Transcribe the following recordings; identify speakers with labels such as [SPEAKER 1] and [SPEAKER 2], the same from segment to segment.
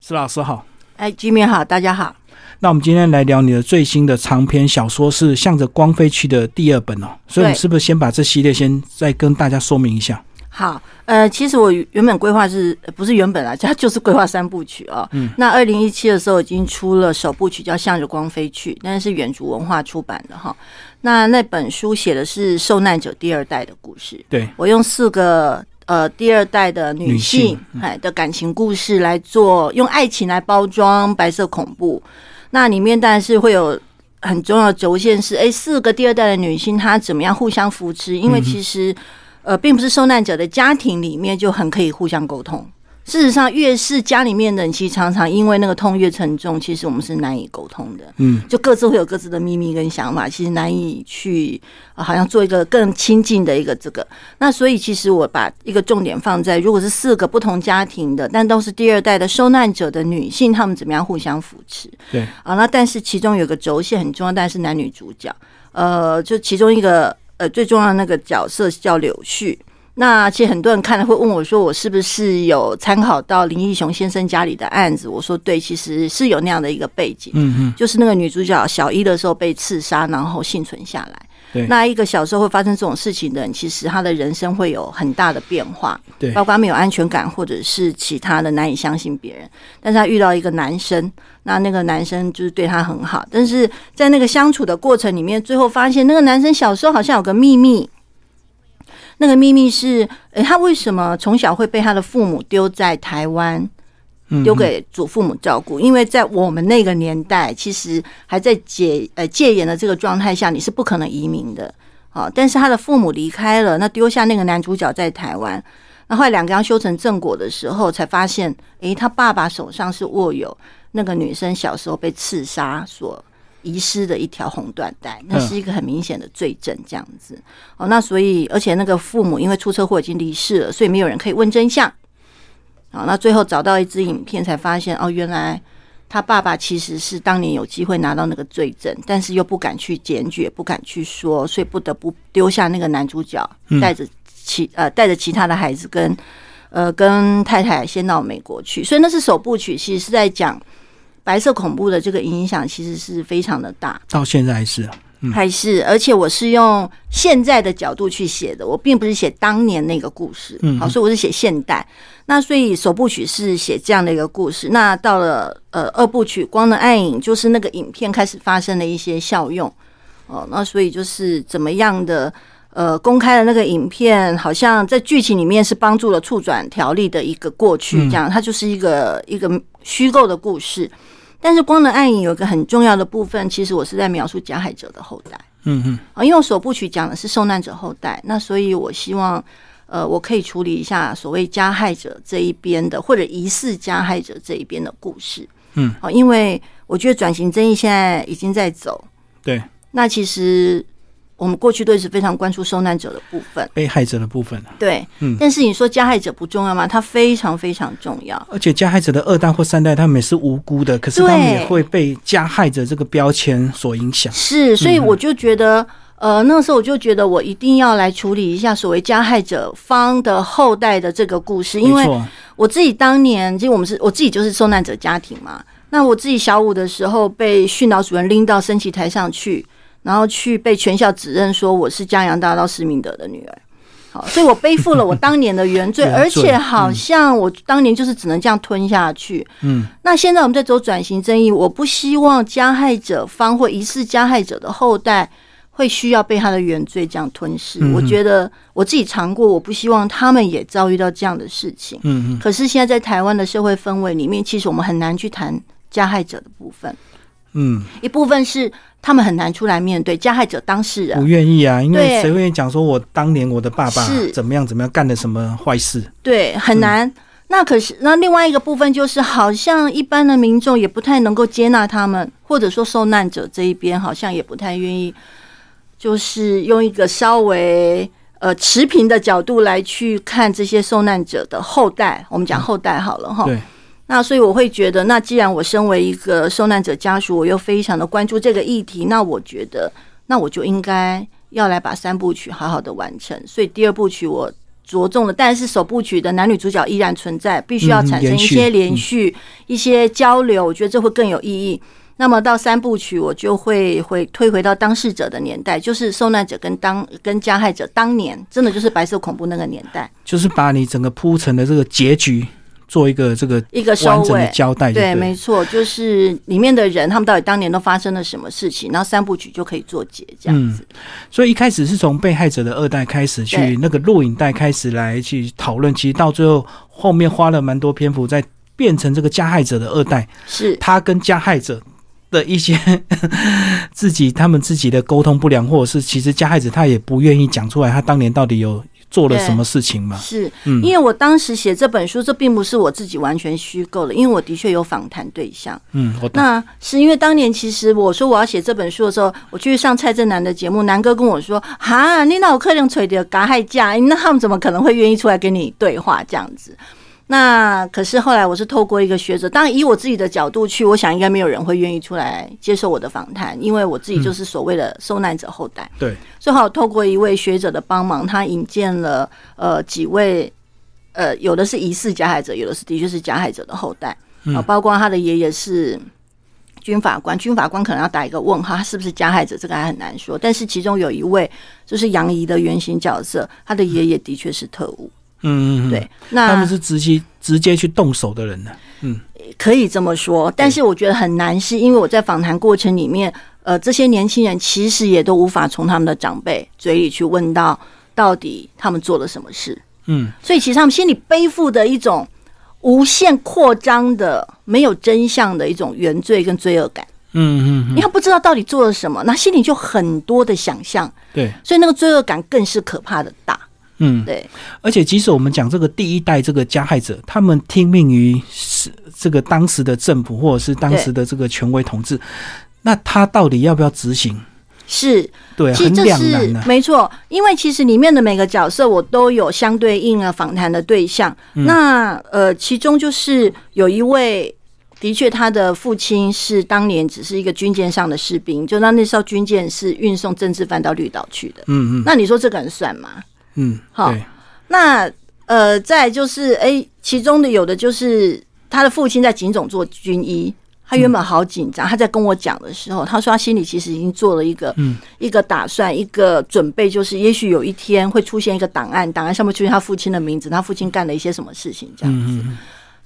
[SPEAKER 1] 施老师好。
[SPEAKER 2] 哎，居民好，大家好。
[SPEAKER 1] 那我们今天来聊你的最新的长篇小说是《向着光飞去》的第二本哦，所以我们
[SPEAKER 2] 对
[SPEAKER 1] 是不是先把这系列先再跟大家说明一下？
[SPEAKER 2] 好，呃，其实我原本规划是呃不是原本啦， 它就是规划三部曲哦。嗯，那二零一七的时候已经出了首部曲，叫《向着光飞去》，但是远足文化出版的哈。那那本书写的是受难者第二代的故事，
[SPEAKER 1] 对，
[SPEAKER 2] 我用四个呃第二代的女
[SPEAKER 1] 女性嗯
[SPEAKER 2] 性哎的感情故事来做，用爱情来包装白色恐怖。那里面当然是会有很重要的轴线是，哎，四个第二代的女性她怎么样互相扶持？
[SPEAKER 1] 嗯
[SPEAKER 2] 因为其实、呃，并不是受难者的家庭里面就很可以互相沟通。事实上，越是家里面的人，其实常常因为那个痛越沉重，其实我们是难以沟通的。
[SPEAKER 1] 嗯，
[SPEAKER 2] 就各自会有各自的秘密跟想法，其实难以去、呃好像做一个更亲近的一个这个。那所以其实我把一个重点放在，如果是四个不同家庭的，但都是第二代的受难者的女性，她们怎么样互相扶持
[SPEAKER 1] 对，
[SPEAKER 2] 啊？那但是其中有个轴线很重要，但是男女主角，呃，就其中一个呃最重要的那个角色叫柳絮。那其实很多人看了会问我说，我是不是有参考到林义雄先生家里的案子？我说对，其实是有那样的一个背景。
[SPEAKER 1] 嗯嗯，
[SPEAKER 2] 就是那个女主角小一的时候被刺杀，然后幸存下来。
[SPEAKER 1] 对
[SPEAKER 2] 那一个小时候会发生这种事情的人，其实他的人生会有很大的变化，
[SPEAKER 1] 对
[SPEAKER 2] 包括没有安全感，或者是其他的难以相信别人。但是他遇到一个男生，那那个男生就是对他很好，但是在那个相处的过程里面，最后发现那个男生小时候好像有个秘密。那个秘密是，诶、他为什么从小会被他的父母丢在台湾？
[SPEAKER 1] 嗯
[SPEAKER 2] 丢给祖父母照顾，因为在我们那个年代，其实还在解呃戒严的这个状态下，你是不可能移民的。好、但是他的父母离开了，那丢下那个男主角在台湾。那后来两个要修成正果的时候，才发现，诶，他爸爸手上是握有那个女生小时候被刺杀所遗失的一条红缎带，那
[SPEAKER 1] 嗯
[SPEAKER 2] 是一个很明显的罪证，这样子。哦，那所以，而且那个父母因为出车祸已经离世了，所以没有人可以问真相。好，那最后找到一支影片，才发现哦，原来他爸爸其实是当年有机会拿到那个罪证，但是又不敢去检举，也不敢去说，所以不得不丢下那个男主角，带着其呃带着其他的孩子跟呃跟太太先到美国去。所以那是首部曲，其实是在讲白色恐怖的这个影响，其实是非常的大。
[SPEAKER 1] 到现在还是啊
[SPEAKER 2] 还是，而且我是用现在的角度去写的，我并不是写当年那个故事，
[SPEAKER 1] 嗯
[SPEAKER 2] 好，所以我是写现代。那所以首部曲是写这样的一个故事，那到了呃二部曲《光的暗影》，就是那个影片开始发生了一些效用，哦，那所以就是怎么样的。呃，公开的那个影片，好像在剧情里面是帮助了促转条例的一个过去，
[SPEAKER 1] 嗯
[SPEAKER 2] 这样，它就是一个一个虚构的故事。但是《光的暗影》有一个很重要的部分，其实我是在描述加害者的后代。
[SPEAKER 1] 嗯嗯，
[SPEAKER 2] 啊，因为我首部曲讲的是受难者后代，那所以我希望，呃，我可以处理一下所谓加害者这一边的，或者疑似加害者这一边的故事。
[SPEAKER 1] 嗯，
[SPEAKER 2] 啊，因为我觉得转型正义现在已经在走，
[SPEAKER 1] 对，
[SPEAKER 2] 那其实我们过去都一直非常关注受难者的部分，
[SPEAKER 1] 被害者的部分，
[SPEAKER 2] 对，
[SPEAKER 1] 嗯
[SPEAKER 2] 但是你说加害者不重要吗？它非常非常重要。
[SPEAKER 1] 而且加害者的二代或三代，他们也是无辜的，可是他们
[SPEAKER 2] 对
[SPEAKER 1] 也会被加害者这个标签所影响。
[SPEAKER 2] 是，所以我就觉得，呃，那时候我就觉得我一定要来处理一下所谓加害者方的后代的这个故事，因
[SPEAKER 1] 没
[SPEAKER 2] 为
[SPEAKER 1] 错，啊
[SPEAKER 2] 我自己当年，其实我们是我自己就是受难者家庭嘛。那我自己小五的时候被训导主任拎到升旗台上去，然后去被全校指认说我是江洋大盗施明德的女儿。好，所以我背负了我当年的原 罪，
[SPEAKER 1] 原罪
[SPEAKER 2] 而且好像我当年就是只能这样吞下去。
[SPEAKER 1] 嗯，
[SPEAKER 2] 那现在我们在走转型正义，我不希望加害者方或疑似加害者的后代会需要被他的原罪这样吞噬。
[SPEAKER 1] 嗯
[SPEAKER 2] 我觉得我自己尝过，我不希望他们也遭遇到这样的事情。
[SPEAKER 1] 嗯嗯，
[SPEAKER 2] 可是现在在台湾的社会氛围里面，其实我们很难去谈加害者的部分，
[SPEAKER 1] 嗯，
[SPEAKER 2] 一部分是他们很难出来面对加害者当事人
[SPEAKER 1] 不，愿意啊，因为
[SPEAKER 2] 对
[SPEAKER 1] 谁会讲说我当年我的爸爸
[SPEAKER 2] 是
[SPEAKER 1] 怎么样怎么样干了什么坏事？
[SPEAKER 2] 对，很难。那可是那另外一个部分就是，好像一般的民众也不太能够接纳他们，或者说受难者这一边好像也不太愿意，就是用一个稍微。呃，持平的角度来去看这些受难者的后代，我们讲后代好了哈。
[SPEAKER 1] 对，
[SPEAKER 2] 那所以我会觉得，那既然我身为一个受难者家属，我又非常的关注这个议题，那我觉得，那我就应该要来把三部曲好好的完成。所以第二部曲我着重了，但是首部曲的男女主角依然存在，必须要
[SPEAKER 1] 嗯
[SPEAKER 2] 产生
[SPEAKER 1] 延
[SPEAKER 2] 一
[SPEAKER 1] 续
[SPEAKER 2] 些
[SPEAKER 1] 嗯
[SPEAKER 2] 连续、一些交流，我觉得这会更有意义。那么到三部曲，我就会回退回到当事者的年代，就是受难者跟当跟加害者当年，真的就是白色恐怖那个年代
[SPEAKER 1] 就是把你整个铺陈的这个结局做一个这个
[SPEAKER 2] 一个收
[SPEAKER 1] 完整的
[SPEAKER 2] 尾。
[SPEAKER 1] 交代就
[SPEAKER 2] 对，
[SPEAKER 1] 了
[SPEAKER 2] 没错，就是里面的人，他们到底当年都发生了什么事情，然后三部曲就可以做结这样子。
[SPEAKER 1] 所以一开始是从被害者的二代开始去
[SPEAKER 2] 对
[SPEAKER 1] 那个录影带开始来去讨论，其实到最后后面花了蛮多篇幅在变成这个加害者的二代，
[SPEAKER 2] 是
[SPEAKER 1] 他跟加害者。的一些 自己他们自己的沟通不良，或者是其实加害者他也不愿意讲出来，他当年到底有做了
[SPEAKER 2] 对
[SPEAKER 1] 什么事情嘛？
[SPEAKER 2] 是，
[SPEAKER 1] 嗯
[SPEAKER 2] 因为我当时写这本书，这并不是我自己完全虚构的，因为我的确有访谈对象。
[SPEAKER 1] 嗯，我懂。
[SPEAKER 2] 那是因为当年其实我说我要写这本书的时候，我去上蔡正南的节目，南哥跟我说：“哈，你那有可能吹的嘎害价，那他们怎么可能会愿意出来跟你对话这样子？”那可是后来我是透过一个学者，当然以我自己的角度去，我想应该没有人会愿意出来接受我的访谈，因为我自己就是所谓的受难者后代。
[SPEAKER 1] 对，
[SPEAKER 2] 最好透过一位学者的帮忙，他引荐了呃几位，呃有的是疑似加害者，有的是的确是加害者的后代
[SPEAKER 1] 嗯
[SPEAKER 2] 啊、包括他的爷爷是军法官，军法官可能要打一个问号，他是不是加害者，这个还很难说。但是其中有一位就是杨怡的原型角色，他的爷爷的确是特务，
[SPEAKER 1] 嗯嗯嗯，
[SPEAKER 2] 对，，
[SPEAKER 1] 他们
[SPEAKER 2] 那
[SPEAKER 1] 是直接直接去动手的人呢。
[SPEAKER 2] 可以这么说，但是我觉得很难，是因为我在访谈过程里面，呃，这些年轻人其实也都无法从他们的长辈嘴里去问到到底他们做了什么事。
[SPEAKER 1] 嗯，
[SPEAKER 2] 所以其实他们心里背负的一种无限扩张的、没有真相的一种原罪跟罪恶感，
[SPEAKER 1] 嗯嗯嗯，
[SPEAKER 2] 因为他不知道到底做了什么，那心里就很多的想象，
[SPEAKER 1] 对，
[SPEAKER 2] 所以那个罪恶感更是可怕的大。
[SPEAKER 1] 嗯，
[SPEAKER 2] 对，
[SPEAKER 1] 而且即使我们讲这个第一代这个加害者，他们听命于是这个当时的政府或者是当时的这个权威统治，那他到底要不要执行？
[SPEAKER 2] 是，
[SPEAKER 1] 对，
[SPEAKER 2] 其实
[SPEAKER 1] 很
[SPEAKER 2] 这
[SPEAKER 1] 两难啊
[SPEAKER 2] 是
[SPEAKER 1] 呢、
[SPEAKER 2] 没错，因为其实里面的每个角色我都有相对应的访谈的对象。
[SPEAKER 1] 嗯
[SPEAKER 2] 那呃，其中就是有一位。的确，他的父亲是当年只是一个军舰上的士兵，就那那艘军舰是运送政治犯到绿岛去的。
[SPEAKER 1] 嗯嗯
[SPEAKER 2] 那你说这个人算吗？
[SPEAKER 1] 嗯，
[SPEAKER 2] 好
[SPEAKER 1] 对，
[SPEAKER 2] 那呃，再来就是，哎、其中的有的就是他的父亲在警总做军医，他原本好紧张。他在跟我讲的时候，他说他心里其实已经做了一个、
[SPEAKER 1] 嗯
[SPEAKER 2] 一个打算，一个准备，就是也许有一天会出现一个档案，档案上面出现他父亲的名字，他父亲干了一些什么事情这样。
[SPEAKER 1] 嗯嗯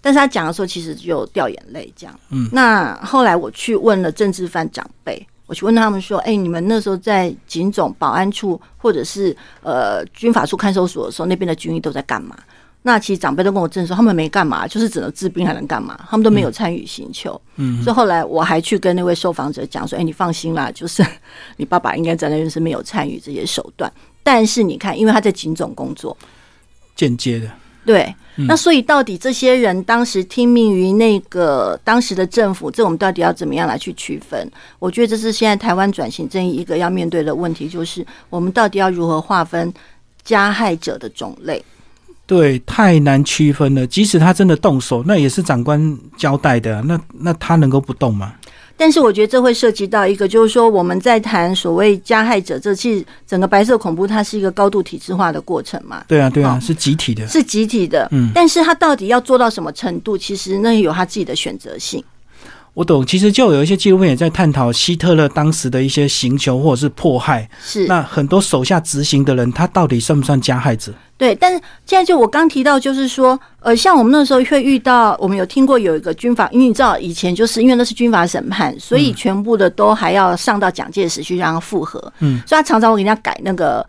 [SPEAKER 2] 但是他讲的时候，其实就掉眼泪这样。
[SPEAKER 1] 嗯，
[SPEAKER 2] 那后来我去问了政治犯长辈，我去问他们说：“哎、你们那时候在警总、保安处或者是呃军法处看守所的时候，那边的军医都在干嘛？”那其实长辈都跟我证实说，他们没干嘛，就是只能治病，还能干嘛？他们都没有参与刑求。
[SPEAKER 1] 嗯，
[SPEAKER 2] 所以后来我还去跟那位受访者讲说：“哎、你放心啦，就是你爸爸应该在那边是没有参与这些手段，但是你看，因为他在警总工作，
[SPEAKER 1] 间接的，
[SPEAKER 2] 对，那所以到底这些人当时听命于那个当时的政府，这我们到底要怎么样来去区分？我觉得这是现在台湾转型正义一个要面对的问题，就是我们到底要如何划分加害者的种类？
[SPEAKER 1] 对，太难区分了。即使他真的动手，那也是长官交代的啊，那那他能够不动吗？
[SPEAKER 2] 但是我觉得这会涉及到一个，就是说我们在谈所谓加害者，这其实整个白色恐怖它是一个高度体制化的过程嘛。
[SPEAKER 1] 对啊，对啊，
[SPEAKER 2] 好
[SPEAKER 1] 是集体的。
[SPEAKER 2] 是集体的，
[SPEAKER 1] 嗯
[SPEAKER 2] 但是他到底要做到什么程度，其实那有他自己的选择性。
[SPEAKER 1] 我懂，其实就有一些纪录片也在探讨希特勒当时的一些刑求或者是迫害，
[SPEAKER 2] 是，
[SPEAKER 1] 那很多手下执行的人，他到底算不算加害者？
[SPEAKER 2] 对，但是现在就我刚提到，就是说，呃，像我们那时候会遇到，我们有听过有一个军法，因为你知道以前就是因为那是军法审判，所以全部的都还要上到蒋介石去让他复核，
[SPEAKER 1] 嗯，
[SPEAKER 2] 所以他常常会给人家改那个。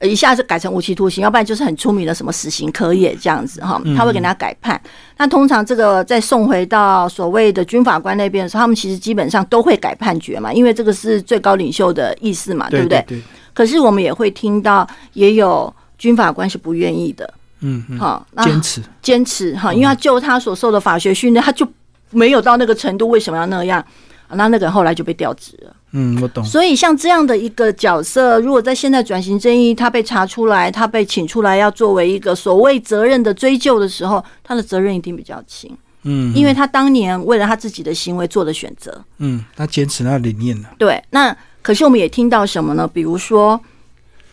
[SPEAKER 2] 呃一下子改成无期徒刑，要不然就是很出名的什么死刑可也这样子哈，他会给人家改判。那通常这个再送回到所谓的军法官那边的时候，他们其实基本上都会改判决嘛，因为这个是最高领袖的意思嘛，对不
[SPEAKER 1] 对
[SPEAKER 2] 对？
[SPEAKER 1] 对，
[SPEAKER 2] 可是我们也会听到，也有军法官是不愿意的，
[SPEAKER 1] 嗯嗯，
[SPEAKER 2] 哈、那
[SPEAKER 1] 坚持。嗯
[SPEAKER 2] 坚持哈，因为他就他所受的法学训练，他就没有到那个程度，为什么要那样？啊那那个人后来就被调职了。
[SPEAKER 1] 嗯，我懂。
[SPEAKER 2] 所以像这样的一个角色，如果在现在转型正义，他被查出来，他被请出来，要作为一个所谓责任的追究的时候，他的责任一定比较轻，
[SPEAKER 1] 嗯，
[SPEAKER 2] 因为他当年为了他自己的行为做的选择。
[SPEAKER 1] 嗯，他坚持那理念呢、
[SPEAKER 2] 对，那可是我们也听到什么呢？比如说，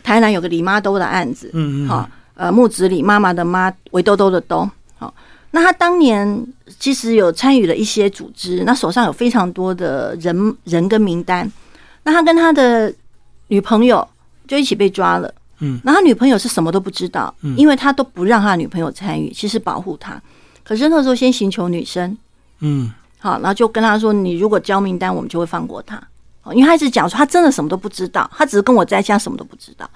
[SPEAKER 2] 台南有个李妈兜的案子，
[SPEAKER 1] 嗯嗯，
[SPEAKER 2] 好、呃木子李妈妈的妈围兜兜的兜。好、那他当年其实有参与了一些组织，那手上有非常多的人人跟名单。那他跟他的女朋友就一起被抓了。
[SPEAKER 1] 嗯，
[SPEAKER 2] 那他女朋友是什么都不知道，因为他都不让他女朋友参与，其实保护他。可是那时候先寻求女生，
[SPEAKER 1] 嗯
[SPEAKER 2] 好，然后就跟他说，你如果交名单，我们就会放过他。哦，因为他一直讲说他真的什么都不知道，他只是跟我在家什么都不知道。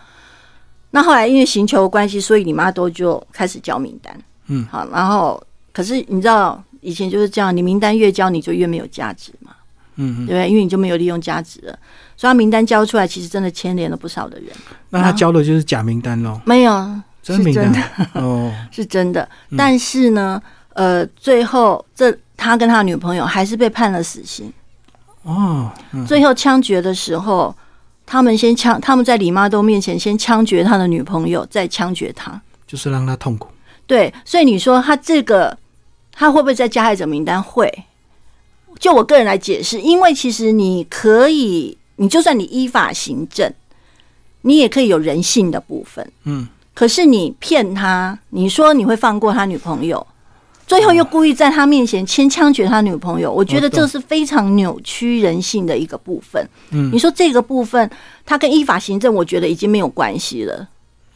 [SPEAKER 2] 那后来因为寻求关系，所以你妈都就开始交名单。
[SPEAKER 1] 嗯，
[SPEAKER 2] 好，然后可是你知道以前就是这样，你名单越交你就越没有价值嘛，
[SPEAKER 1] 嗯
[SPEAKER 2] 对
[SPEAKER 1] 嗯。
[SPEAKER 2] 不对？因为你就没有利用价值了，所以他名单交出来，其实真的牵连了不少的人。
[SPEAKER 1] 那他交的就是假名单喽，
[SPEAKER 2] 没有，
[SPEAKER 1] 真名
[SPEAKER 2] 是真
[SPEAKER 1] 单哦，
[SPEAKER 2] 是真的。
[SPEAKER 1] 嗯
[SPEAKER 2] 但是呢，呃，最后这他跟他女朋友还是被判了死刑。
[SPEAKER 1] 哦，
[SPEAKER 2] 最后枪决的时候，他们先枪，他们在李妈都面前先枪决他的女朋友，再枪决他。
[SPEAKER 1] 就是让他痛苦。
[SPEAKER 2] 对，所以你说他这个，他会不会在加害者名单？会。就我个人来解释，因为其实你可以，你就算你依法行政，你也可以有人性的部分。
[SPEAKER 1] 嗯，
[SPEAKER 2] 可是你骗他，你说你会放过他女朋友，最后又故意在他面前先枪决他女朋友，我觉得
[SPEAKER 1] 我懂
[SPEAKER 2] 这是非常扭曲人性的一个部分。
[SPEAKER 1] 嗯
[SPEAKER 2] 你说这个部分，它跟依法行政，我觉得已经没有关系了。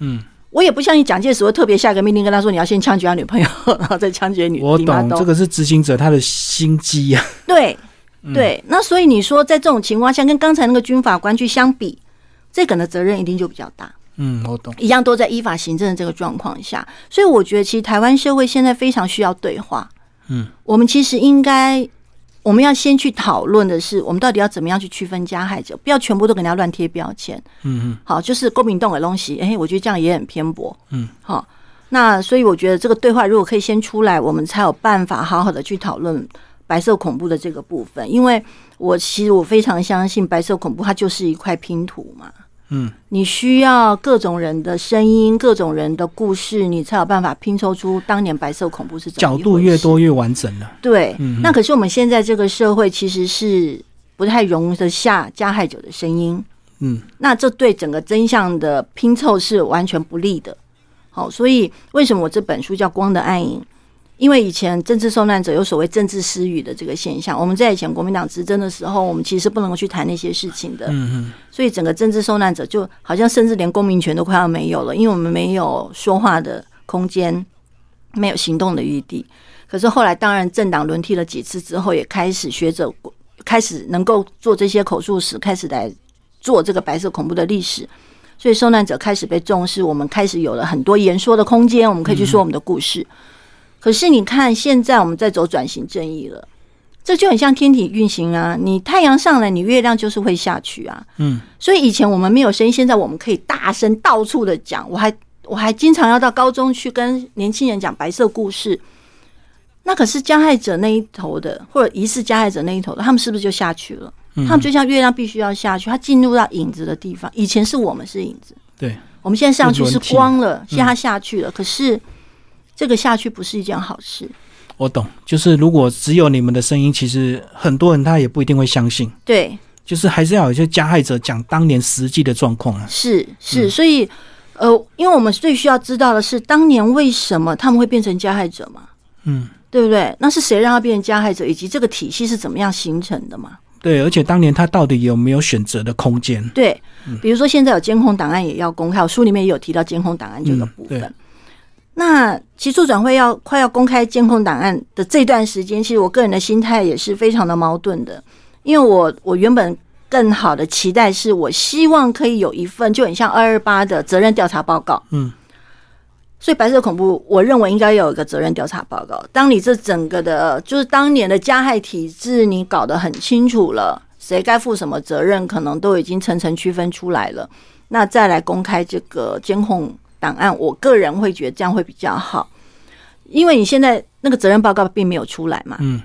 [SPEAKER 1] 嗯，
[SPEAKER 2] 我也不相信蒋介石会特别下个命令跟他说，你要先枪决他女朋友， 然后再枪决女
[SPEAKER 1] 我
[SPEAKER 2] 李妈
[SPEAKER 1] 懂，
[SPEAKER 2] 兜
[SPEAKER 1] 这个是执行者他的心机啊 呀、
[SPEAKER 2] 对
[SPEAKER 1] 嗯
[SPEAKER 2] 对，那所以你说在这种情况下，跟刚才那个军法官去相比，这个人的责任一定就比较大。
[SPEAKER 1] 嗯，我懂。
[SPEAKER 2] 一样都在依法行政的这个状况下，所以我觉得其实台湾社会现在非常需要对话。
[SPEAKER 1] 嗯，
[SPEAKER 2] 我们其实应该，我们要先去讨论的是，我们到底要怎么样去区分加害者，不要全部都给人家乱贴标签。
[SPEAKER 1] 嗯嗯，
[SPEAKER 2] 好，就是公民动的东西，哎、我觉得这样也很偏颇。
[SPEAKER 1] 嗯，
[SPEAKER 2] 好，那所以我觉得这个对话如果可以先出来，我们才有办法好好的去讨论白色恐怖的这个部分，因为我其实我非常相信白色恐怖它就是一块拼图嘛。
[SPEAKER 1] 嗯，
[SPEAKER 2] 你需要各种人的声音、各种人的故事，你才有办法拼凑出当年白色恐怖是怎么
[SPEAKER 1] 角
[SPEAKER 2] 一回
[SPEAKER 1] 度越
[SPEAKER 2] 事
[SPEAKER 1] 多越完整了。
[SPEAKER 2] 对，
[SPEAKER 1] 嗯
[SPEAKER 2] 那可是我们现在这个社会其实是不太容得下加害者的声音，
[SPEAKER 1] 嗯，
[SPEAKER 2] 那这对整个真相的拼凑是完全不利的。好，所以为什么我这本书叫《光的暗影》？因为以前政治受难者有所谓政治失语的这个现象，我们在以前国民党执政的时候，我们其实不能够去谈那些事情的。
[SPEAKER 1] 嗯
[SPEAKER 2] 所以整个政治受难者就好像甚至连公民权都快要没有了，因为我们没有说话的空间，没有行动的余地。可是后来，当然政党轮替了几次之后，也开始学者开始能够做这些口述史，开始来做这个白色恐怖的历史。所以受难者开始被重视，我们开始有了很多言说的空间，我们可以去说我们的故事。可是你看，现在我们在走转型正义了，这就很像天体运行啊！你太阳上来，你月亮就是会下去啊。
[SPEAKER 1] 嗯
[SPEAKER 2] 所以以前我们没有声音，现在我们可以大声到处的讲。我还我还经常要到高中去跟年轻人讲白色故事。那可是加害者那一头的，或者疑似加害者那一头的，他们是不是就下去了？
[SPEAKER 1] 嗯
[SPEAKER 2] 他们就像月亮必须要下去，它进入到影子的地方。以前是我们是影子，
[SPEAKER 1] 对，
[SPEAKER 2] 我们现在上去是
[SPEAKER 1] 轮替
[SPEAKER 2] 光了，现在它下去了。可是这个下去不是一件好事。
[SPEAKER 1] 我懂。就是如果只有你们的声音，其实很多人他也不一定会相信。
[SPEAKER 2] 对，
[SPEAKER 1] 就是还是要有一些加害者讲当年实际的状况啊。
[SPEAKER 2] 是是，所以呃，因为我们最需要知道的是，当年为什么他们会变成加害者嘛？
[SPEAKER 1] 嗯，
[SPEAKER 2] 对不对？那是谁让他变成加害者，以及这个体系是怎么样形成的嘛？
[SPEAKER 1] 对，而且当年他到底有没有选择的空间？
[SPEAKER 2] 对，
[SPEAKER 1] 嗯
[SPEAKER 2] 比如说现在有监控档案也要公开，我书里面也有提到监控档案这个
[SPEAKER 1] 嗯
[SPEAKER 2] 部
[SPEAKER 1] 对
[SPEAKER 2] 分。那其实促转会要快要公开监控档案的这段时间，其实我个人的心态也是非常的矛盾的，因为我我原本更好的期待是我希望可以有一份就很像二二八的责任调查报告，
[SPEAKER 1] 嗯，
[SPEAKER 2] 所以白色恐怖，我认为应该有一个责任调查报告。当你这整个的，就是当年的加害体制，你搞得很清楚了，谁该负什么责任，可能都已经层层区分出来了。那再来公开这个监控档案，我个人会觉得这样会比较好，因为你现在那个责任报告并没有出来嘛，
[SPEAKER 1] 嗯，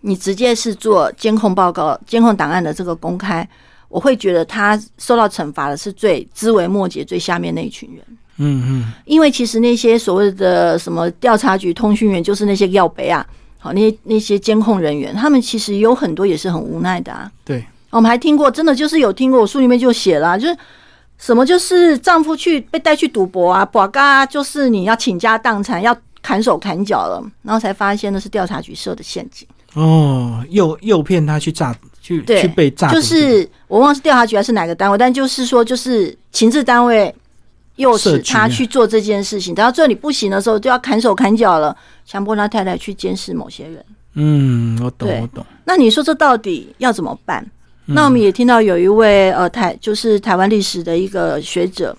[SPEAKER 2] 你直接是做监控报告、监控档案的这个公开，我会觉得他受到惩罚的是最枝微末节、最下面那一群人。
[SPEAKER 1] 嗯嗯，
[SPEAKER 2] 因为其实那些所谓的什么调查局通讯员，就是那些要北啊，好那些那些监控人员，他们其实有很多也是很无奈的啊。
[SPEAKER 1] 对，
[SPEAKER 2] 我们还听过，真的就是有听过，我书里面就写了啊、就是什么就是丈夫去被带去赌博啊，保嘎就是你要倾家荡产，要砍手砍脚了，然后才发现那是调查局设的陷阱。
[SPEAKER 1] 哦，诱诱骗他去诈去
[SPEAKER 2] 对，
[SPEAKER 1] 去被诈赌，
[SPEAKER 2] 就是我忘是调查局还是哪个单位，但就是说，就是情治单位诱
[SPEAKER 1] 设
[SPEAKER 2] 使
[SPEAKER 1] 局啊
[SPEAKER 2] 他去做这件事情，等到最后你不行的时候，就要砍手砍脚了，强迫他太太去监视某些人。
[SPEAKER 1] 嗯，我懂
[SPEAKER 2] 对
[SPEAKER 1] 我懂，
[SPEAKER 2] 那你说这到底要怎么办？
[SPEAKER 1] 嗯
[SPEAKER 2] 那我们也听到有一位呃台就是台湾历史的一个学者，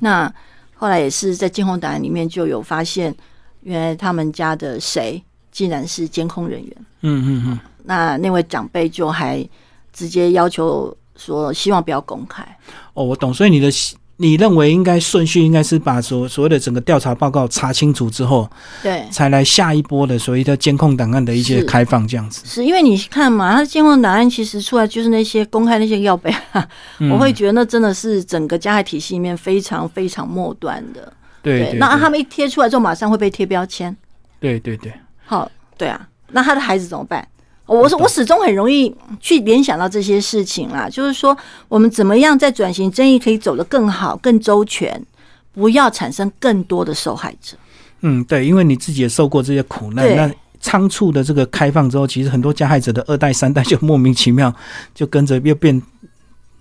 [SPEAKER 2] 那后来也是在监控档案里面就有发现，原来他们家的谁竟然是监控人员。
[SPEAKER 1] 嗯嗯嗯，
[SPEAKER 2] 那那位长辈就还直接要求说，希望不要公开。
[SPEAKER 1] 哦，我懂，所以你的你认为应该顺序应该是把所所谓的整个调查报告查清楚之后，
[SPEAKER 2] 对，
[SPEAKER 1] 才来下一波的所谓的监控档案的一些
[SPEAKER 2] 是
[SPEAKER 1] 开放这样子。
[SPEAKER 2] 是因为你看嘛，他监控档案其实出来就是那些公开那些药杯、啊，
[SPEAKER 1] 嗯
[SPEAKER 2] 我会觉得那真的是整个加害体系里面非常非常末端的。
[SPEAKER 1] 对对，
[SPEAKER 2] 那他们一贴出来之后，马上会被贴标签。
[SPEAKER 1] 对对对，
[SPEAKER 2] 好，对啊，那他的孩子怎么办？我是我始终很容易去联想到这些事情啦，就是说我们怎么样在转型正义可以走得更好、更周全，不要产生更多的受害者。
[SPEAKER 1] 嗯对，因为你自己也受过这些苦难，
[SPEAKER 2] 对
[SPEAKER 1] 那仓促的这个开放之后，其实很多加害者的二代、三代就莫名其妙就跟着又变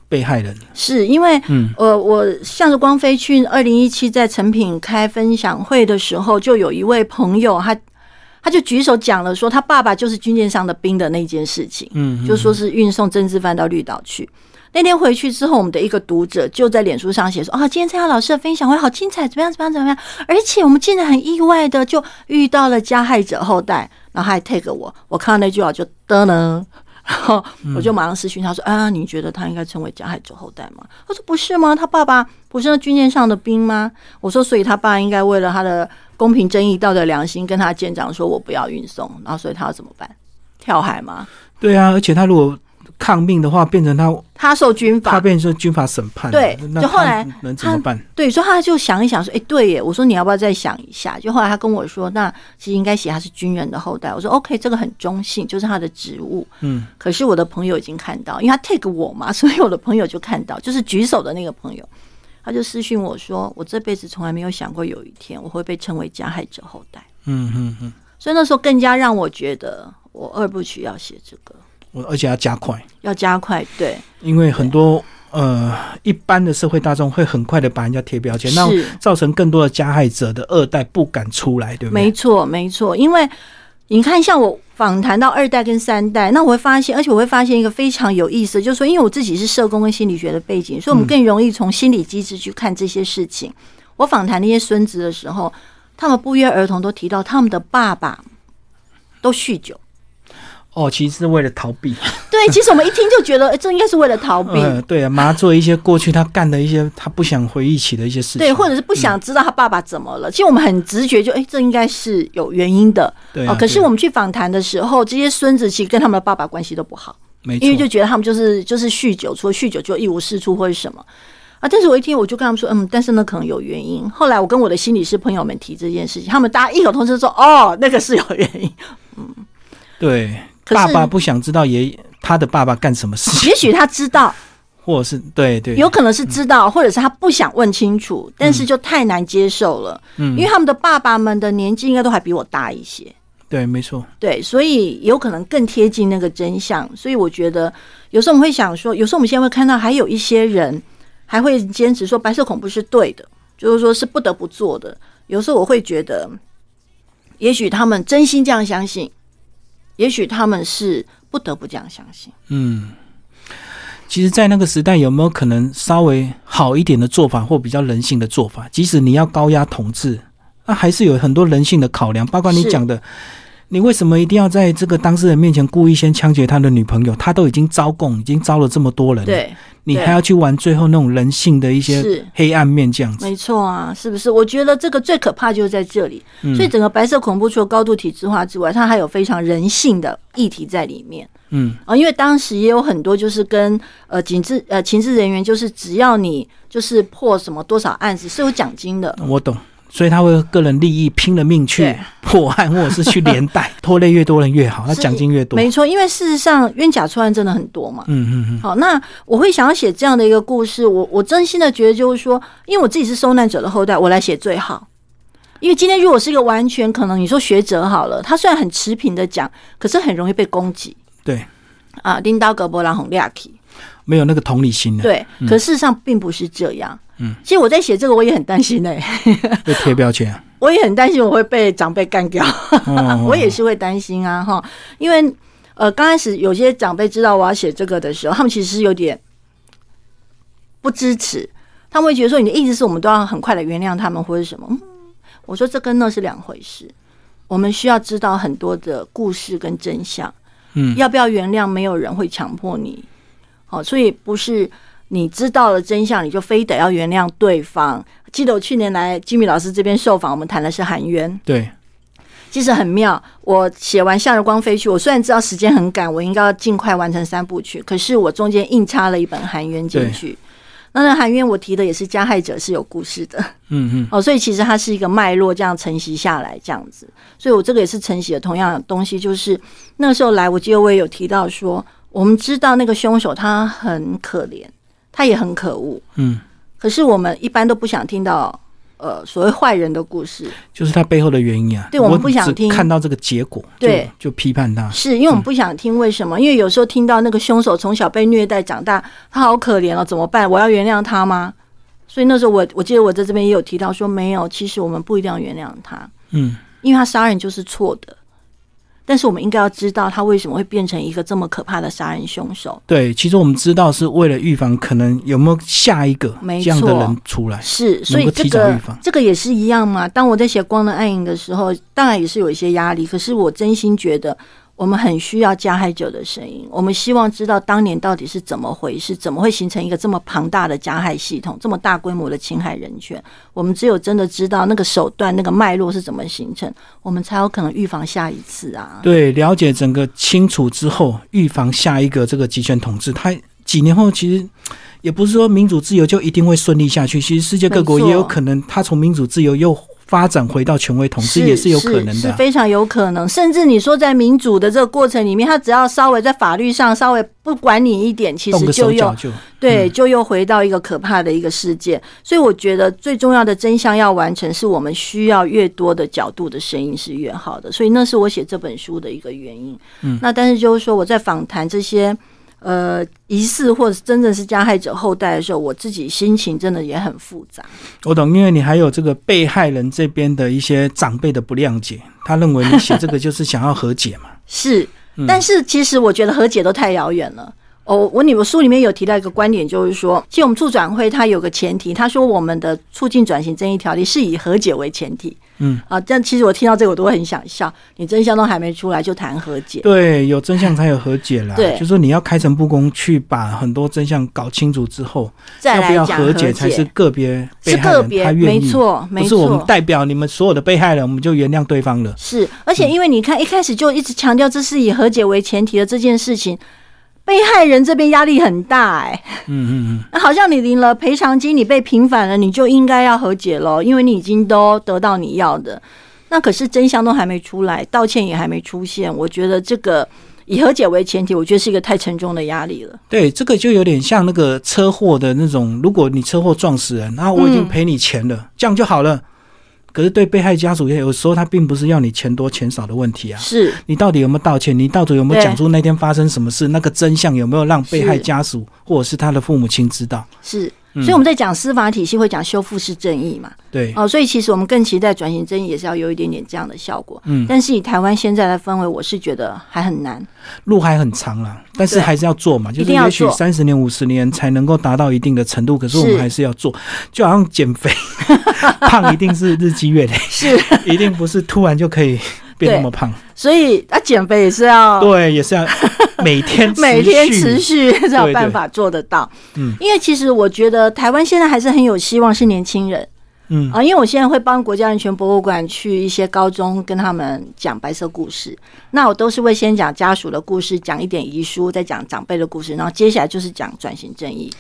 [SPEAKER 1] 被害人了。
[SPEAKER 2] 是因为，
[SPEAKER 1] 嗯
[SPEAKER 2] 呃，我向着光飞去二零一七在成品开分享会的时候，就有一位朋友，他他就举手讲了说，他爸爸就是军舰上的兵的那件事情，
[SPEAKER 1] 嗯，
[SPEAKER 2] 就说是运送政治犯到绿岛去。那天回去之后，我们的一个读者就在脸书上写说：“啊，今天参加老师的分享会好精彩，怎么样，怎么样，怎么样？而且我们竟然很意外的就遇到了加害者后代，然后他还 take 我，我看到那句话就噔噔。”然后我就马上私讯他说：“啊，你觉得他应该成为加害者后代吗？”他说：“不是吗？他爸爸不是那军舰上的兵吗？”我说：“所以他爸应该为了他的公平、正义、道德、良心，跟他舰长说我不要运送，然后所以他要怎么办？跳海吗？
[SPEAKER 1] 对啊，而且他如果抗命的话，变成他
[SPEAKER 2] 他受军法
[SPEAKER 1] 他变成军法审判了，
[SPEAKER 2] 对
[SPEAKER 1] 那
[SPEAKER 2] 就后
[SPEAKER 1] 他
[SPEAKER 2] 来
[SPEAKER 1] 能怎么
[SPEAKER 2] 他
[SPEAKER 1] 办？
[SPEAKER 2] 对，所以他就想一想说，哎、对耶，我说你要不要再想一下？就后来他跟我说，那其实应该写他是军人的后代。我说 OK，这个很中性，就是他的职务。
[SPEAKER 1] 嗯，
[SPEAKER 2] 可是我的朋友已经看到，因为他 take 我嘛，所以我的朋友就看到，就是举手的那个朋友，他就私讯我说，我这辈子从来没有想过有一天我会被称为加害者后代。
[SPEAKER 1] 嗯嗯嗯，
[SPEAKER 2] 所以那时候更加让我觉得，我二部曲要写这个，
[SPEAKER 1] 我而且要加快，
[SPEAKER 2] 要加快。对，
[SPEAKER 1] 因为很多呃一般的社会大众会很快的把人家贴标签，那
[SPEAKER 2] 是
[SPEAKER 1] 造成更多的加害者的二代不敢出来，对不
[SPEAKER 2] 没
[SPEAKER 1] 对？
[SPEAKER 2] 错，没错，因为你看，像我访谈到二代跟三代，那我会发现，而且我会发现一个非常有意思，就是说，因为我自己是社工跟心理学的背景，所以我们更容易从心理机制去看这些事情。我访谈那些孙子的时候，他们不约而同都提到他们的爸爸都酗酒。
[SPEAKER 1] 哦，其实是为了逃避，
[SPEAKER 2] 对，其实我们一听就觉得，哎诶这应该是为了逃避。
[SPEAKER 1] 呃，对啊，麻醉一些过去他干的一些他不想回忆起的一些事情，
[SPEAKER 2] 对，或者是不想知道他爸爸怎么了。其实我们很直觉就，诶，这应该是有原因的。
[SPEAKER 1] 对啊，
[SPEAKER 2] 哦、可是
[SPEAKER 1] 对啊
[SPEAKER 2] 我们去访谈的时候，这些孙子其实跟他们的爸爸关系都不好。
[SPEAKER 1] 没
[SPEAKER 2] 因为就
[SPEAKER 1] 错，
[SPEAKER 2] 觉得他们就是就是酗酒，除了酗酒就一无是处或者什么啊。但是我一听我就跟他们说，嗯，但是那可能有原因。后来我跟我的心理师朋友们提这件事情，他们大家异口同声说，哦，那个是有原 因。
[SPEAKER 1] 对，
[SPEAKER 2] 可
[SPEAKER 1] 爸
[SPEAKER 2] 是
[SPEAKER 1] 爸不想知道爷他的爸爸干什么事 情，
[SPEAKER 2] 也许他知道，
[SPEAKER 1] 或者是对对，嗯
[SPEAKER 2] 有可能是知道，或者是他不想问清楚，但是就太难接受了。
[SPEAKER 1] 嗯
[SPEAKER 2] 因为他们的爸爸们的年纪应该都还比我大一些。
[SPEAKER 1] 对，没错，
[SPEAKER 2] 对，所以有可能更贴近那个真相。所以我觉得，有时候我们会想说，有时候我们现在会看到，还有一些人还会坚持说白色恐怖是对的，就是说是不得不做的。有时候我会觉得，也许他们真心这样相信，也许他们是不得不这样相信。
[SPEAKER 1] 嗯。其实，在那个时代，有没有可能稍微好一点的做法，或比较人性的做法？即使你要高压统治，那、还是有很多人性的考量，包括你
[SPEAKER 2] 是
[SPEAKER 1] 讲的，你为什么一定要在这个当事人面前故意先枪决他的女朋友？他都已经招供，已经招了这么多人，，
[SPEAKER 2] 对，
[SPEAKER 1] 你
[SPEAKER 2] 对
[SPEAKER 1] 还要去玩最后那种人性的一些
[SPEAKER 2] 是
[SPEAKER 1] 黑暗面，这样子，
[SPEAKER 2] 没错啊，是不是？我觉得这个最可怕就是在这里。
[SPEAKER 1] 嗯
[SPEAKER 2] 所以整个白色恐怖除了高度体制化之外，它还有非常人性的议题在里面。
[SPEAKER 1] 嗯，
[SPEAKER 2] 啊，因为当时也有很多就是跟呃警治呃情治人员，就是只要你就是破什么多少案子是有奖金的，
[SPEAKER 1] 我懂。所以他会个人利益拼了命去
[SPEAKER 2] 对
[SPEAKER 1] 破案，或者是去连 带拖累越多人越好，他
[SPEAKER 2] 是
[SPEAKER 1] 奖金越多。
[SPEAKER 2] 没错，因为事实上冤假错案真的很多嘛。
[SPEAKER 1] 嗯嗯嗯，
[SPEAKER 2] 好，那我会想要写这样的一个故事，我我真心的觉得就是说，因为我自己是受难者的后代，我来写最好。因为今天如果是一个完全可能，你说学者好了，他虽然很持平的讲，可是很容易被攻击
[SPEAKER 1] 对，
[SPEAKER 2] 啊，拎刀格波朗红利亚奇。
[SPEAKER 1] 没有那个同理心的，
[SPEAKER 2] 对，可事实上并不是这样。嗯，其实我在写这个，我也很担心呢、
[SPEAKER 1] 被贴标签。
[SPEAKER 2] 我也很担心我会被长辈干掉。
[SPEAKER 1] 哦
[SPEAKER 2] 我也是会担心啊，哈，因为呃，刚开始有些长辈知道我要写这个的时候，他们其实是有点不支持，他们会觉得说你的意思是我们都要很快的原谅他们或者什么。嗯，我说这跟那是两回事，我们需要知道很多的故事跟真相。
[SPEAKER 1] 嗯
[SPEAKER 2] 要不要原谅，没有人会强迫你。好、所以不是你知道了真相，你就非得要原谅对方。记得我去年来金米老师这边受访，我们谈的是含冤。
[SPEAKER 1] 对，
[SPEAKER 2] 其实很妙。我写完《向日光飞去》，我虽然知道时间很赶，我应该要尽快完成三部曲，可是我中间硬插了一本韩冤进去。那那韩冤我提的也是加害者是有故事的
[SPEAKER 1] 嗯嗯，
[SPEAKER 2] 哦，所以其实它是一个脉络这样承袭下来这样子。所以我这个也是承袭了同样的东西，就是那个时候来，我记得我也有提到说，我们知道那个凶手他很可怜，他也很可恶，
[SPEAKER 1] 嗯，
[SPEAKER 2] 可是我们一般都不想听到呃所谓坏人的故事。
[SPEAKER 1] 就是他背后的原因啊。
[SPEAKER 2] 对我们
[SPEAKER 1] 只
[SPEAKER 2] 不想听
[SPEAKER 1] 看到这个结果，就
[SPEAKER 2] 对，
[SPEAKER 1] 就批判他。
[SPEAKER 2] 是因为我们不想听为什么？因为有时候听到那个凶手从小被虐待长大，他好可怜哦，怎么办？我要原谅他吗？所以那时候我我记得我在这边也有提到说，没有，其实我们不一定要原谅他，
[SPEAKER 1] 嗯，
[SPEAKER 2] 因为他杀人就是错的。但是我们应该要知道他为什么会变成一个这么可怕的杀人凶手。
[SPEAKER 1] 对，其实我们知道是为了预防可能有没有下一个
[SPEAKER 2] 没
[SPEAKER 1] 这样的
[SPEAKER 2] 错
[SPEAKER 1] 人出来。
[SPEAKER 2] 是，所以
[SPEAKER 1] 能够
[SPEAKER 2] 这
[SPEAKER 1] 提早预
[SPEAKER 2] 个
[SPEAKER 1] 防
[SPEAKER 2] 这个也是一样嘛。当我在写《光的暗影》的时候，当然也是有一些压力，可是我真心觉得我们很需要加害者的声音，我们希望知道当年到底是怎么回事，怎么会形成一个这么庞大的加害系统，这么大规模的侵害人权。我们只有真的知道那个手段、那个脉络是怎么形成，我们才有可能预防下一次啊。
[SPEAKER 1] 对，了解整个清楚之后，预防下一个这个集权统治。它几年后其实也不是说民主自由就一定会顺利下去，其实世界各国
[SPEAKER 2] 没错
[SPEAKER 1] 也有可能，它从民主自由又发展回到权威统治，也是有可能
[SPEAKER 2] 是，
[SPEAKER 1] 的
[SPEAKER 2] 是
[SPEAKER 1] 啊。
[SPEAKER 2] 非常有可能。甚至你说在民主的这个过程里面，他只要稍微在法律上稍微不管你一点，其
[SPEAKER 1] 动
[SPEAKER 2] 实
[SPEAKER 1] 个
[SPEAKER 2] 就
[SPEAKER 1] 手
[SPEAKER 2] 有
[SPEAKER 1] 脚就
[SPEAKER 2] 对，就又回到一个可怕的一个世界。所以我觉得最重要的真相要完成，是我们需要越多的角度的声音是越好的。所以那是我写这本书的一个原因。嗯，那但是就是说我在访谈这些呃疑似或者是真的是加害者后代的时候，我自己心情真的也很复杂。
[SPEAKER 1] 我懂，因为你还有这个被害人这边的一些长辈的不谅解，他认为你写这个就是想要和解 嘛。
[SPEAKER 2] 是，
[SPEAKER 1] 嗯
[SPEAKER 2] 但是其实我觉得和解都太遥远了。哦，我你们书里面有提到一个观点，就是说，其实我们促转会它有个前提，他说我们的促进转型正义条例是以和解为前提。
[SPEAKER 1] 嗯，
[SPEAKER 2] 啊，但其实我听到这个我都很想笑，你真相都还没出来就谈和解，
[SPEAKER 1] 对，有真相才有和解啦。
[SPEAKER 2] 对
[SPEAKER 1] 就是说你要开诚布公去把很多真相搞清楚之后，
[SPEAKER 2] 再
[SPEAKER 1] 要不
[SPEAKER 2] 来
[SPEAKER 1] 要
[SPEAKER 2] 讲
[SPEAKER 1] 和
[SPEAKER 2] 解
[SPEAKER 1] 解才是个别被
[SPEAKER 2] 是
[SPEAKER 1] 害
[SPEAKER 2] 个
[SPEAKER 1] 人
[SPEAKER 2] 别，
[SPEAKER 1] 他愿
[SPEAKER 2] 没
[SPEAKER 1] 意，
[SPEAKER 2] 错，没
[SPEAKER 1] 不是我们
[SPEAKER 2] 错。
[SPEAKER 1] 代表你们所有的被害人，我们就原谅对方了。
[SPEAKER 2] 是，而
[SPEAKER 1] 嗯
[SPEAKER 2] 且因为你看一开始就一直强调这是以和解为前提的这件事情，被害人这边压力很大哎、
[SPEAKER 1] 嗯嗯嗯，
[SPEAKER 2] 那 好像你领了赔偿金，你被平反了，你就应该要和解喽，因为你已经都得到你要的。那可是真相都还没出来，道歉也还没出现，我觉得这个以和解为前提，我觉得是一个太沉重的压力了。
[SPEAKER 1] 对，这个就有点像那个车祸的那种，如果你车祸撞死人，然后我已经
[SPEAKER 2] 嗯
[SPEAKER 1] 赔你钱了，这样就好了。可是对被害家属，有时候他并不是要你钱多钱少的问题啊，
[SPEAKER 2] 是
[SPEAKER 1] 你到底有没有道歉？你到底有没有
[SPEAKER 2] 对
[SPEAKER 1] 讲出那天发生什么事？那个真相有没有让被害
[SPEAKER 2] 是
[SPEAKER 1] 家属或者是他的父母亲知道？
[SPEAKER 2] 是，
[SPEAKER 1] 嗯
[SPEAKER 2] 所以我们在讲司法体系会讲修复式正义嘛，
[SPEAKER 1] 对，
[SPEAKER 2] 哦，所以其实我们更期待转型正义也是要有一点点这样的效果。
[SPEAKER 1] 嗯，
[SPEAKER 2] 但是以台湾现在的氛围，我是觉得还很难。
[SPEAKER 1] 路还很长啦，但是
[SPEAKER 2] 对
[SPEAKER 1] 还是要做嘛，就
[SPEAKER 2] 一
[SPEAKER 1] 是
[SPEAKER 2] 定要
[SPEAKER 1] 也许
[SPEAKER 2] 做
[SPEAKER 1] 三十年、五十年才能够达到一定的程度，可是我们
[SPEAKER 2] 是
[SPEAKER 1] 还是要做，就好像减 肥，胖一定是日积月累，
[SPEAKER 2] 是，
[SPEAKER 1] 一定不是突然就可以变那么胖，
[SPEAKER 2] 所以啊，减肥也是要
[SPEAKER 1] 对，也是要每天持续
[SPEAKER 2] 哦 每天持续才有
[SPEAKER 1] 对
[SPEAKER 2] 办法做得到。
[SPEAKER 1] 嗯，
[SPEAKER 2] 因为其实我觉得台湾现在还是很有希望是年轻人
[SPEAKER 1] 嗯
[SPEAKER 2] 啊、因为我现在会帮国家人权博物馆去一些高中跟他们讲白色故事，那我都是会先讲家属的故事，讲一点遗书，再讲长辈的故事，然后接下来就是讲转型正义。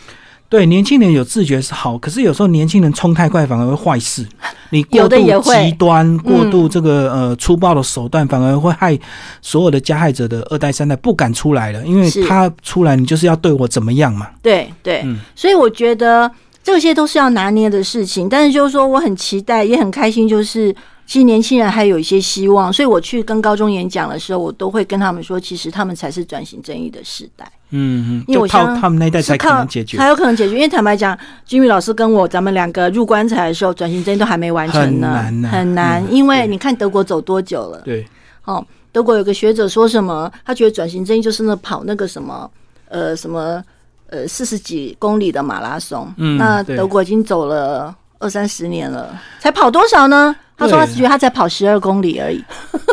[SPEAKER 1] 对，年轻人有自觉是好，可是有时候年轻人冲太快反而会坏事。你过
[SPEAKER 2] 有的
[SPEAKER 1] 度
[SPEAKER 2] 也会嗯
[SPEAKER 1] 极端、过度这个、呃粗暴的手段，反而会害所有的加害者的二代、三代不敢出来了，因为
[SPEAKER 2] 是
[SPEAKER 1] 他出来你就是要对我怎么样嘛。
[SPEAKER 2] 对对，
[SPEAKER 1] 嗯
[SPEAKER 2] 所以我觉得这些都是要拿捏的事情。但是就是说，我很期待，也很开心，就是其实年轻人还有一些希望。所以我去跟高中演讲的时候，我都会跟他们说，其实他们才是转型正义的时代，
[SPEAKER 1] 嗯，嗯
[SPEAKER 2] 因为
[SPEAKER 1] 就
[SPEAKER 2] 我
[SPEAKER 1] 靠
[SPEAKER 2] 相
[SPEAKER 1] 他们那一代才
[SPEAKER 2] 是
[SPEAKER 1] 可
[SPEAKER 2] 靠
[SPEAKER 1] 能解决
[SPEAKER 2] 才，有可能解决。因为坦白讲，君宇老师跟我咱们两个入棺材的时候，转型正义都还没完成呢，
[SPEAKER 1] 很难呐
[SPEAKER 2] 很难
[SPEAKER 1] 嗯
[SPEAKER 2] 因为
[SPEAKER 1] 对
[SPEAKER 2] 你看德国走多久了？
[SPEAKER 1] 对，
[SPEAKER 2] 哦，德国有个学者说什么，他觉得转型正义就是那跑那个什么，呃，什么，呃，四十几公里的马拉松。
[SPEAKER 1] 嗯
[SPEAKER 2] 那
[SPEAKER 1] 对
[SPEAKER 2] 德国已经走了二三十年了，才跑多少呢？他说他
[SPEAKER 1] 对
[SPEAKER 2] 只觉得他才跑十二公里而已。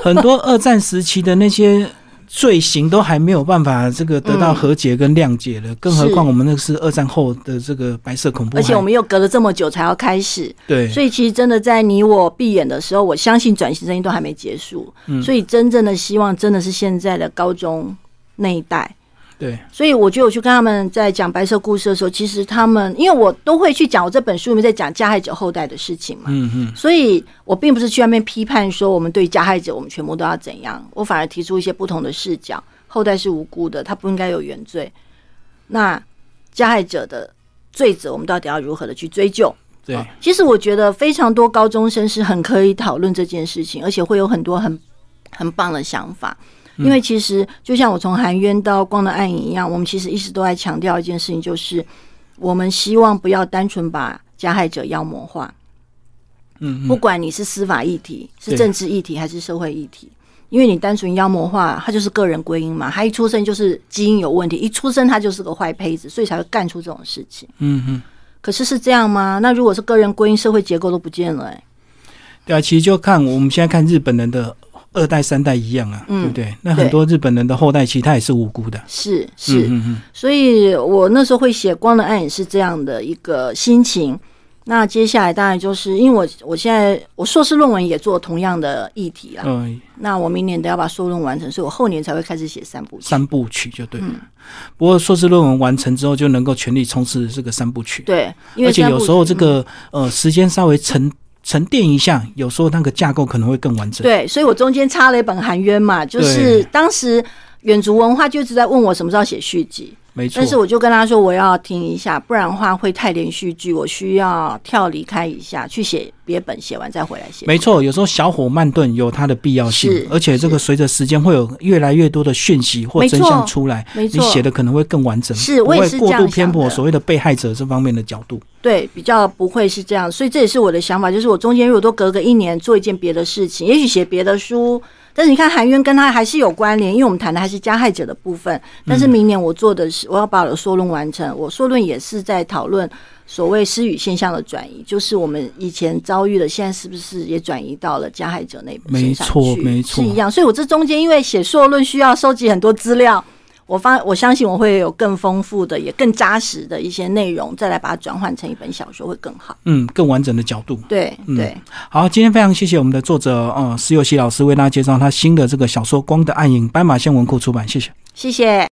[SPEAKER 1] 很多二战时期的那些。罪行都还没有办法这个得到
[SPEAKER 2] 嗯
[SPEAKER 1] 和解跟谅解了，更何
[SPEAKER 2] 是
[SPEAKER 1] 况我们那个是二战后的这个白色恐怖
[SPEAKER 2] 而
[SPEAKER 1] 海，
[SPEAKER 2] 且我们又隔了这么久才要开始，
[SPEAKER 1] 对，
[SPEAKER 2] 所以其实真的在你我闭眼的时候，我相信转型正义都还没结束。
[SPEAKER 1] 嗯
[SPEAKER 2] 所以真正的希望真的是现在的高中那一代。
[SPEAKER 1] 对，
[SPEAKER 2] 所以我觉得我去跟他们在讲白色故事的时候，其实他们因为我都会去讲，我这本书里面在讲加害者后代的事情嘛，
[SPEAKER 1] 嗯嗯，
[SPEAKER 2] 所以我并不是去外面批判说我们对加害者我们全部都要怎样，我反而提出一些不同的视角，后代是无辜的，他不应该有原罪，那加害者的罪责我们到底要如何的去追究？
[SPEAKER 1] 对
[SPEAKER 2] 哦，其实我觉得非常多高中生是很可以讨论这件事情，而且会有很多很很棒的想法。
[SPEAKER 1] 嗯
[SPEAKER 2] 因为其实就像我从含冤到光的暗影一样，我们其实一直都在强调一件事情，就是我们希望不要单纯把加害者妖魔化，
[SPEAKER 1] 嗯
[SPEAKER 2] 不
[SPEAKER 1] 嗯，
[SPEAKER 2] 管你是司法议题、是
[SPEAKER 1] 对
[SPEAKER 2] 政治议题还是社会议题，因为你单纯妖魔化，他就是个人归因嘛，他一出生就是基因有问题，一出生他就是个坏胚子，所以才会干出这种事情。
[SPEAKER 1] 嗯嗯。
[SPEAKER 2] 可是是这样吗？那如果是个人归因，社会结构都不见了、哎，
[SPEAKER 1] 对啊，其实就看我们现在看日本人的二代、三代一样啊，
[SPEAKER 2] 嗯
[SPEAKER 1] 对不对？那很多日本人的后代其实他也是无辜的，
[SPEAKER 2] 是是，
[SPEAKER 1] 嗯嗯
[SPEAKER 2] 所以我那时候会写《光的暗影》是这样的一个心情。那接下来当然就是因为我我现在我硕士论文也做同样的议题啦，
[SPEAKER 1] 嗯，呃，
[SPEAKER 2] 那我明年都要把硕论完成，所以我后年才会开始写三部曲。
[SPEAKER 1] 三部曲就对
[SPEAKER 2] 嗯
[SPEAKER 1] 了。不过硕士论文完成之后，就能够全力冲刺这个三部曲，
[SPEAKER 2] 对，因为
[SPEAKER 1] 而且
[SPEAKER 2] 三部
[SPEAKER 1] 有
[SPEAKER 2] 曲嗯
[SPEAKER 1] 时候这、个呃时间稍微沉沉淀一下，有时候那个架构可能会更完整。
[SPEAKER 2] 对，所以我中间插了一本含冤嘛，就
[SPEAKER 1] 对
[SPEAKER 2] 是当时远足文化就一直在问我什么时候写续集，
[SPEAKER 1] 没错
[SPEAKER 2] 但，是我就跟他说我要停一下，不然的话会太连续剧，我需要跳离开一下去写别本，写完再回来写。
[SPEAKER 1] 没错，有时候小火慢炖有它的必要性
[SPEAKER 2] 是，
[SPEAKER 1] 而且这个随着时间会有越来越多的讯息或
[SPEAKER 2] 没
[SPEAKER 1] 真
[SPEAKER 2] 错
[SPEAKER 1] 相出来，
[SPEAKER 2] 没
[SPEAKER 1] 你
[SPEAKER 2] 错，
[SPEAKER 1] 写的可能会更完整，
[SPEAKER 2] 是
[SPEAKER 1] 不
[SPEAKER 2] 我也
[SPEAKER 1] 会
[SPEAKER 2] 是
[SPEAKER 1] 过
[SPEAKER 2] 这样
[SPEAKER 1] 度偏
[SPEAKER 2] 想
[SPEAKER 1] 颇
[SPEAKER 2] 的
[SPEAKER 1] 所谓的被害者这方面的角度。
[SPEAKER 2] 对，比较不会是这样，所以这也是我的想法，就是我中间如果多隔个一年做一件别的事情，也许写别的书，但是你看含冤跟他还是有关联，因为我们谈的还是加害者的部分。
[SPEAKER 1] 嗯
[SPEAKER 2] 但是明年我做的是，我要把我的硕论完成，我硕论也是在讨论所谓失语现象的转移，就是我们以前遭遇的，现在是不是也转移到了加害者那边身上去？
[SPEAKER 1] 没错没错
[SPEAKER 2] 是一样。所以我这中间因为写硕论需要收集很多资料。我发我相信我会有更丰富的，也更扎实的一些内容，再来把它转换成一本小说会更好。
[SPEAKER 1] 嗯，更完整的角度。
[SPEAKER 2] 对
[SPEAKER 1] 嗯
[SPEAKER 2] 对，
[SPEAKER 1] 好，今天非常谢谢我们的作者呃石友希老师为大家介绍他新的这个小说《光的暗影》，斑马线文库出版，谢谢。
[SPEAKER 2] 谢谢。